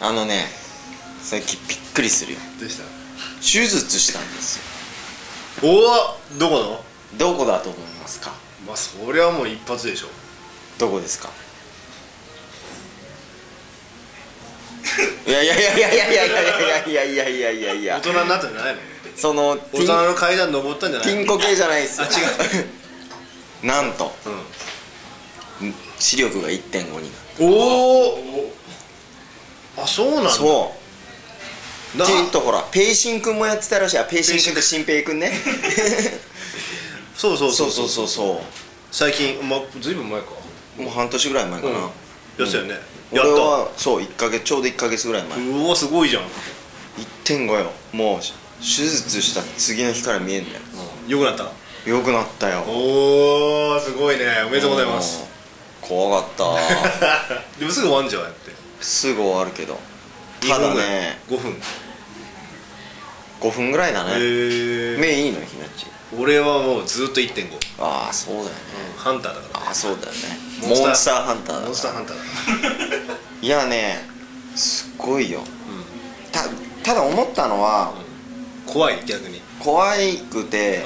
あのね最近びっくりするよどうした手術したんですよおおどこのどこだと思いますかまあそりゃもう一発でしょどこですかいやいやいやいやいやいやいやいやいやいやいやい大や人になったんじゃないのその大テ人ィンの階段登ったんじゃないテのィンコ系じゃないですよあ違う なんとう視力が1.5になるんおおあそうなんだそうなちんとほらペイシン君もやってたらしいあペイシン君って新平君ねそうそうそ そう うそうそうそ最近まずいぶん前かうもう半年ぐらい前かな、うんやったよね俺やっはそう1か月ちょうど1か月ぐらい前たうわすごいじゃん1.5よもう手術した次の日から見えんだよよくなったよくなったよおおおすごいねおめでとうございます怖かった でもすぐ終わんじゃんやってすぐ終わるけど二ただ分ぐらいね5分5分ぐらいだね、へえ目いいのひなっち俺はもうずっと1.5ああそうだよねハンターだからああそうだよねモンスターモンスターハンターだからモンスターハンターだかいやねすっごいよ、たただ思ったのは、ら 怖い逆に怖いくて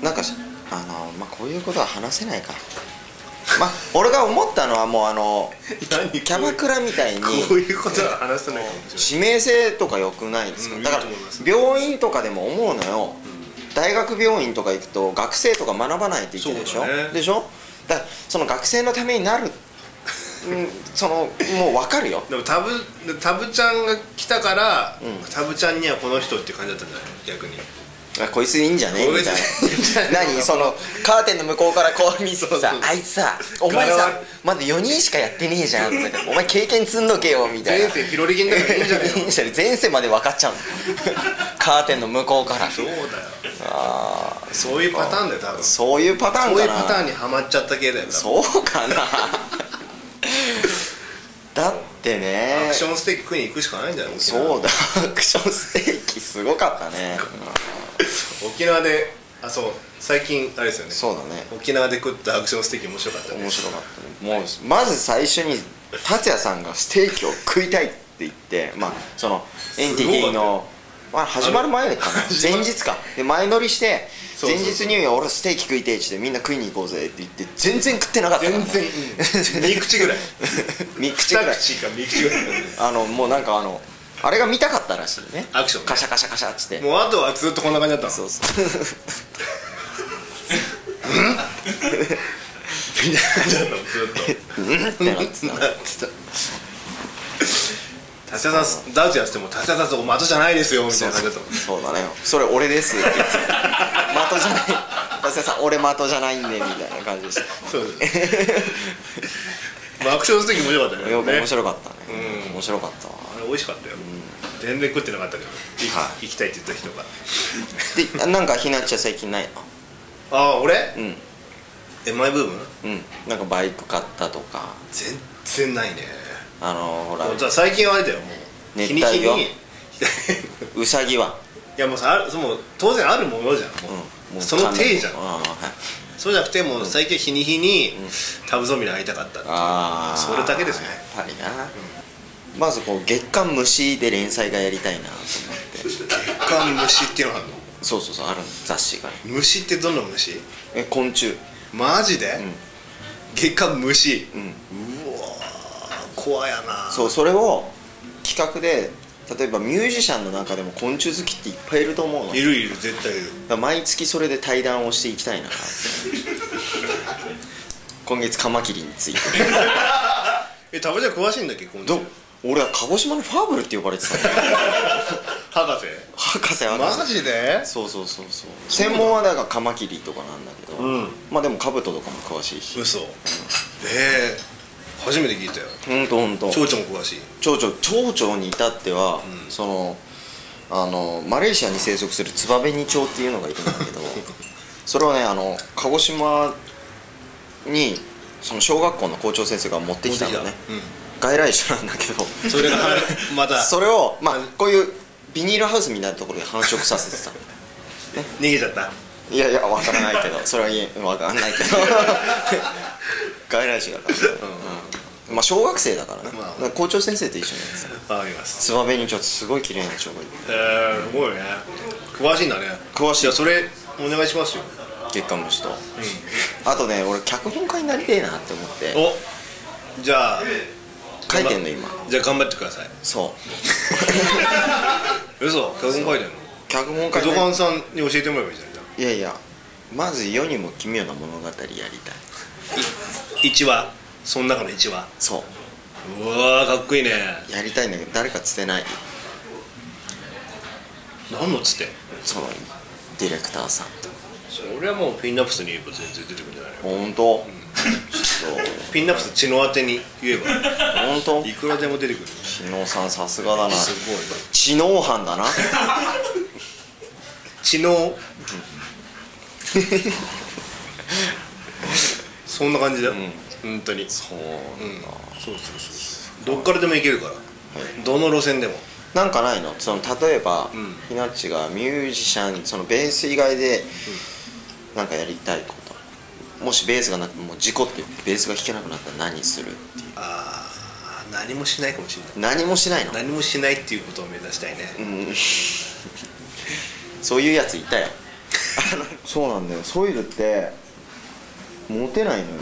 うん、なんかしあの、まあ、こういうことは話せないかまあ俺が思ったのはもうあの何キャバクラみたいにこういうことは話せないかもし指名制とか良くないですか、うんだからいいと思います病院とかでも思うのよ、大学病院とか行くと学生とか学ばないといけないでしょ、そうだねでしょだからその学生のためになるうんそのもう分かるよれないでもタブタブちゃんが来たから、うんタブちゃんにはこの人っていう感じだったんじゃない逆にあこいついいんじゃねこみいつたいいんじゃいねな何そのカーテンの向こうからこう見てそうそさうあいつさお前さ柄悪まだ4人しかやってねえじゃんとかお前経験積んどけよみたいな前世ピロリ菌だからいいんじ ゃねえいいんじゃね前世まで分かっちゃうのカーテンの向こうからそうだよあーそういうパターンだよ多分そそういうパターンういかうパターなンにはまっちゃった系だよ多分そうかなだってねアクションステーキ食いに行くしかないんじゃないそうだアクションステーキすごかったね、沖縄であそう最近あれですよねそうだね沖縄で食ったアクションステーキ面白かったね面白かったねもうまず最初に達也さんがステーキを食いたいって言ってまあそのエンティティの、まあ、始まる前かな始まる前日かで前乗りしてそう前そうそ日うに「俺ステーキ食いてえ」っつってみんな食いに行こうぜって言って全然食ってなかったから、全ね、然いい3 口ぐらい3口2ぐらい口か3口ぐらいあのもうなんかあのあれが見たかったらしいねアクションねカシャカシャカシャっつってもうあとはずっとこんな感じだったそのうそうみたいな感じだったの ずっうんってなってとた なってた達也さんダウトやってても達也さんお的じゃないですよみたいな感じだったもんそうだねそれ俺ですって言ってた的じゃない達也さん俺的じゃないんでみたいな感じでしそうですまあアクションステーキ面白かったたねよくね面白かったねうん面白かったわあれ美味しかったよ、全然食ってなかったけどいはい行きたいって言った人でがあなんかひなっちゃん最近ないああ俺のうんえマイブームうんなんかバイク買ったとか全然ないねあのほら本当は最近はあれだよもう熱日帯に魚日にいうさぎはやもうさあるもう当然あるものじゃんうもんう、もうその体じゃんああはいそうじゃなくてもう最近日に日にタブゾンビに会いたかったってあーそれだけですねやっぱりなまずこう月刊虫で連載がやりたいなと思って月刊虫っていうのがあるのそうそうそうあるの雑誌が虫ってどんな虫え昆虫マジで、ん月刊虫、うんうわー怖やなそうそれを企画で例えばミュージシャンの中でも昆虫好きっていっぱいいると思うのだいかるいる絶対いるら毎月それで対談をしていきたいなって 今月カマキリに ついてえタブちゃん詳しいんだっけ昆ど虫俺は鹿児島のファーブルって呼ばれ てたんだよ博士博士博士マジでそうそうそうそう専門はだからカマキリとかなんだけど、うんまあでもカブトとかも詳しいし嘘ええ初めて聞いたよほんとほんと蝶々も詳しい蝶々蝶々に至っては、そのあのマレーシアに生息するツバベニチョウっていうのがいるんだ けどそれをねあの鹿児島にその小学校の校長先生が持ってきたのね、外来種なんだけどうん、それがま たそれをまあこういうビニールハウスみたいなところで繁殖させて た逃げちゃったいやいやわからない けどそれは言えわからないけど外来種だから、うんうんまあ小学生だからね、まあまあだから校長先生と一緒にやってたわかりますツバメにちょっとすごい綺麗な蝶がいるえー、すごいね詳しいんだね詳しいじゃあそれお願いしますよ、月刊虫とあとね俺脚本家になりてえなって思っておじゃあ書いてんの今じゃあ頑張ってください そう嘘脚本書いてんの脚本カ家ドになカりンさんに教えてもらえばいいじゃんじゃいやいやまず世にも奇妙な物語やりたいあ1話その中の1話そうわーかっこいいねうやりたいんだけど誰かつてない何のっつってそのディレクターさんとそれはもうピンナップスに言えば全然出てくるんじゃないの本当ちょっピンナップス血の当てに言え ばと本当いくらでも出てくるす知能さんさすがだなごい知能犯 だな知能そんな感じだよ、本当にそううんそうそうそうそうどっからでも行けるから、どの路線でもなんかないのその例えば、んひなっちがミュージシャンそのベース以外でなんかやりたいこともしベースがなくてもう事故ってベースが弾けなくなったら何するっていああ何もしないかもしれないう何もしないの、何もしないっていうことを目指したいね、うん、そういうやついたよそうなんだよソイルってモテないのよ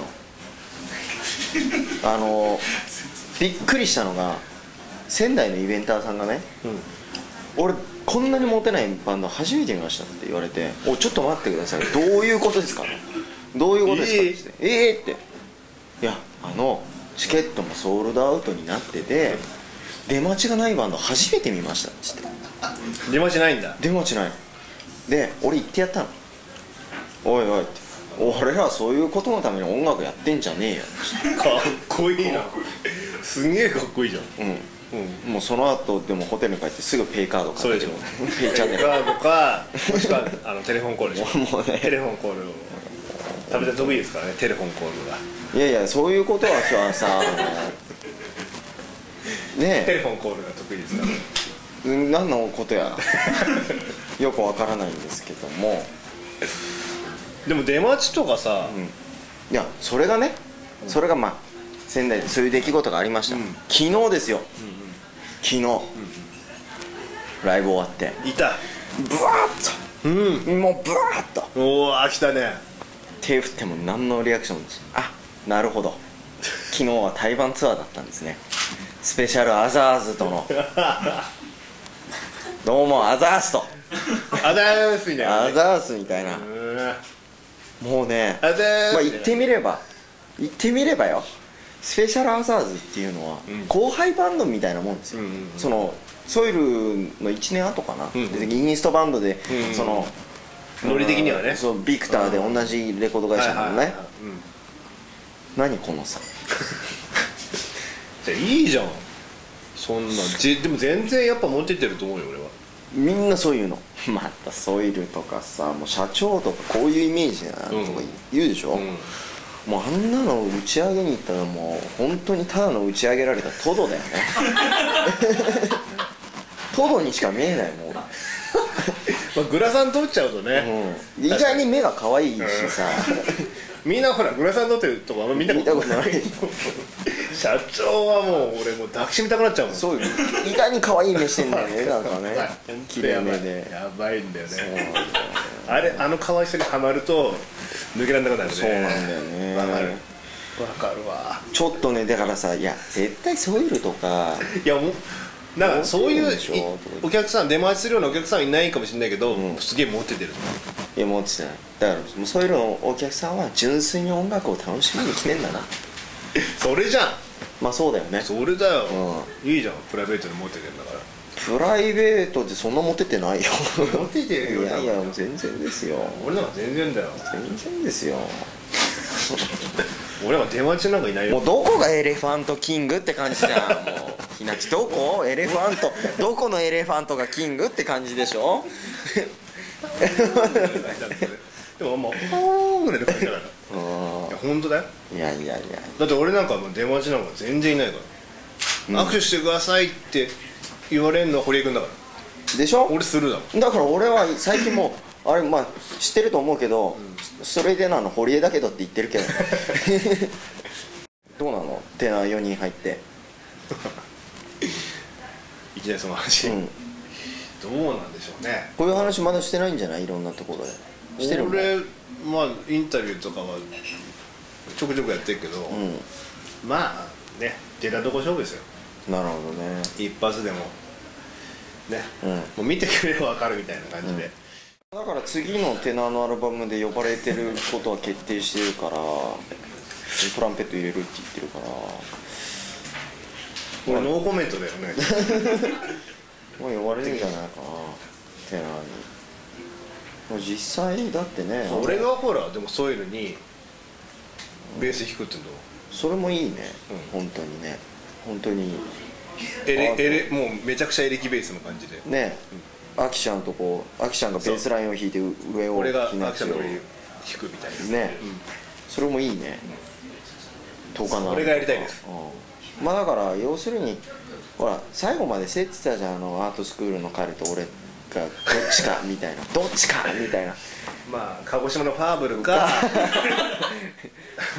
あのびっくりしたのが仙台のイベンターさんがね俺こんなにモテないバンド初めて見ましたって言われて「おちょっと待ってくださいどういうことですか?」どういうことですか?」ってええー」って「いやあのチケットもソールドアウトになってて出待ちがないバンド初めて見ました」っつって出待ちないんだ出待ちないので俺言ってやったの「おいおい」って「俺らそういうことのために音楽やってんじゃねえよかっこいいなすげえかっこいいじゃん」うん、もうその後でもホテルに帰ってすぐペイカードそ買れっでてしょペイチャンネルガードかもしくはあのテレフォンコールでしょもうねテレフォンコールを食べた得意ですからねテレフォンコールがいやいやそういうことは今日はさテねレフォンコールが得意ですからえうん何のことやよくわからないんですけどもでも出待ちとかさ、いやそれがねそれがまあ仙台でそういう出来事がありました、うん昨日ですよ、昨日、ライブ終わっていたブワーうんッともうブワーッとおお飽きたね手振っても何のリアクションもしあなるほど昨日は台湾ツアーだったんですねスペシャルアザーズと のどうもアザーズとあだーすみたいなアねザーズみたいなうーんあもうねだーすまあみ言ったいてみれば言ってみればよスペシャルアザーズっていうのは、ん後輩バンドみたいなもんですよ、うんうんうんそのソイルの1年後かな、んうんでインストバンドで、うんうんそのなノリ的にはねそうビクターで同じレコード会社なのね、はいはいはいうん何このさじゃあいいじゃんそんなじでも全然やっぱモテてると思うよ俺はみんなそういうの またソイルとかさもう社長とかこういうイメージだなとか言うでしょ、うもうあんなの打ち上げに行ったらもう本当にただの打ち上げられたトドだよ ねトドにしか見えないもんん、まあ、グラサン取っちゃうとね、うん、意外に目が可愛いしさ、みんなほらグラサン取ってるとこあんま見たこ見たとこないとない社長はもう俺もう抱きしめたくなっちゃうもんそう意外に可愛い目してんだよ ねなんかねやばい綺麗めでやばいやばいんだよそうなんねだよあれあの可愛さにはまると抜けられなくなるねそうなんだよねわかるわかるわちょっとねだからさいや絶対ソイルとかいやもうなんかそういうモテてるでしょお客さん出回しするようなお客さんいないかもしれないけど、うんすげえモテてるいやもう落ちてないだからもうソイルのお客さんは純粋に音楽を楽しみに来てんだなそれじゃんまあそうだよねそれだよ、いいじゃんプライベートでモテてるんだかプライベートでそんなモテてないよらモテてるよいやいやもう全然ですよ俺なんか全然だよ全然ですよ俺なんか出待ちなんかいないも ようどこがエレファントキングって感じじゃんもうひなちどこエレファ ントどこのエレファントがキングって感じでしょでももう「おー」ぐらいの感じだからいうや本当だよんいやいやいやだって俺なんかもう出待ちなんか全然いないから、握手してくださいって言われんのは堀江君だからでしょ俺するだもんだから俺は最近もうあれまあ知ってると思うけど、 それでなの堀江だけどって言ってるけどどうなのってな4人入っていきなりその話、うんどうなんでしょうねこういう話まだしてないんじゃないいろんなところでしてるもん俺まあインタビューとかはちょくちょくやってるけど、うまあね出たとこ勝負ですよんなるほどね一発でもね、うんもう見てくれれば分かるみたいな感じで、だから次のテナーのアルバムで呼ばれてることは決定してるからトランペット入れるって言ってるからこれノーコメントだよねもう呼ばれるんじゃないかなテナーにもう実際だってね俺がほらでもそういうのにベース弾くっていうのそれもいいね、う本当にね本当にエあレーエレもうめちゃくちゃエレキベースの感じでねアキちゃんとこうアキちゃんがベースラインを弾いて上を俺がア弾クションの上に弾くみたいなね、それもいいね、10日のそれがやりたいですうんまあだから要するにほら最後までせってたじゃんあのアートスクールの彼と俺がどっちかみたいな どっちかみたいなまあ鹿児島のファーブルか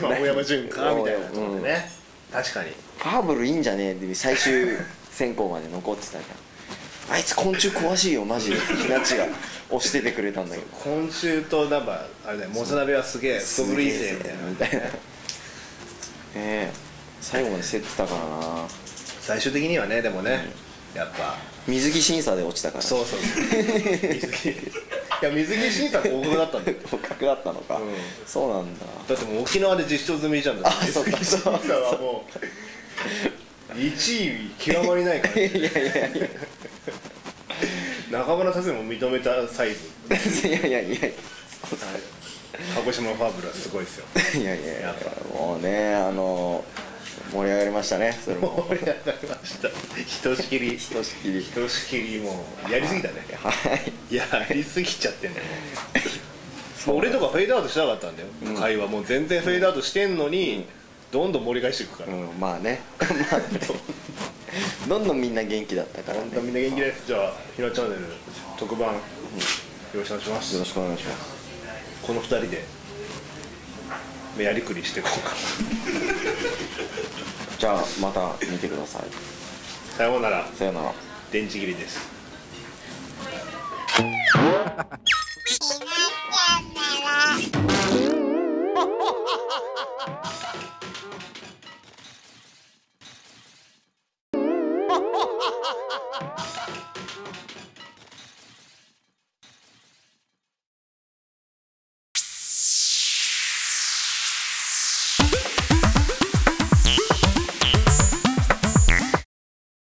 まあ大山潤かみたいなところでね、確かにファーブルいいんじゃねえって最終選考まで残ってたじゃんあいつ昆虫詳しいよマジでひなちが押しててくれたんだけど今週となんかあれだよもつ鍋はすげえすぶりいいぜみたいなみたいな ねえ最後まで競ってたからな最終的にはねでもね、やっぱ水着審査で落ちたからそうそう水着いや水着審査合格だったんだよ骨格だったのか、うんそうなんだだってもう沖縄で実証済みじゃんだってあそっか水着審査はもう1位極まりないから、いやいやいやい中村達也も認めたサイズやいやいやいや鹿児島のファーブルはすごいですよいやいやいやもうねあの盛り上がりましたねそれも盛り上がりましたひとしきりひとしきりひとしきりもうやりすぎたねはいやりすぎちゃってねもう俺とかフェードアウトしなかったんだよ、会話もう全然フェードアウトしてんのに、どんどん盛り返していくから、うんまあねまあねどんどんみんな元気だったからねみんな元気ですじゃあひなチャンネル特番、よろしくお願いしまよすろしくお願いしますこの二人でまあやりくりしていこうかじゃあまた見てくださいさようならさよなら電池切りです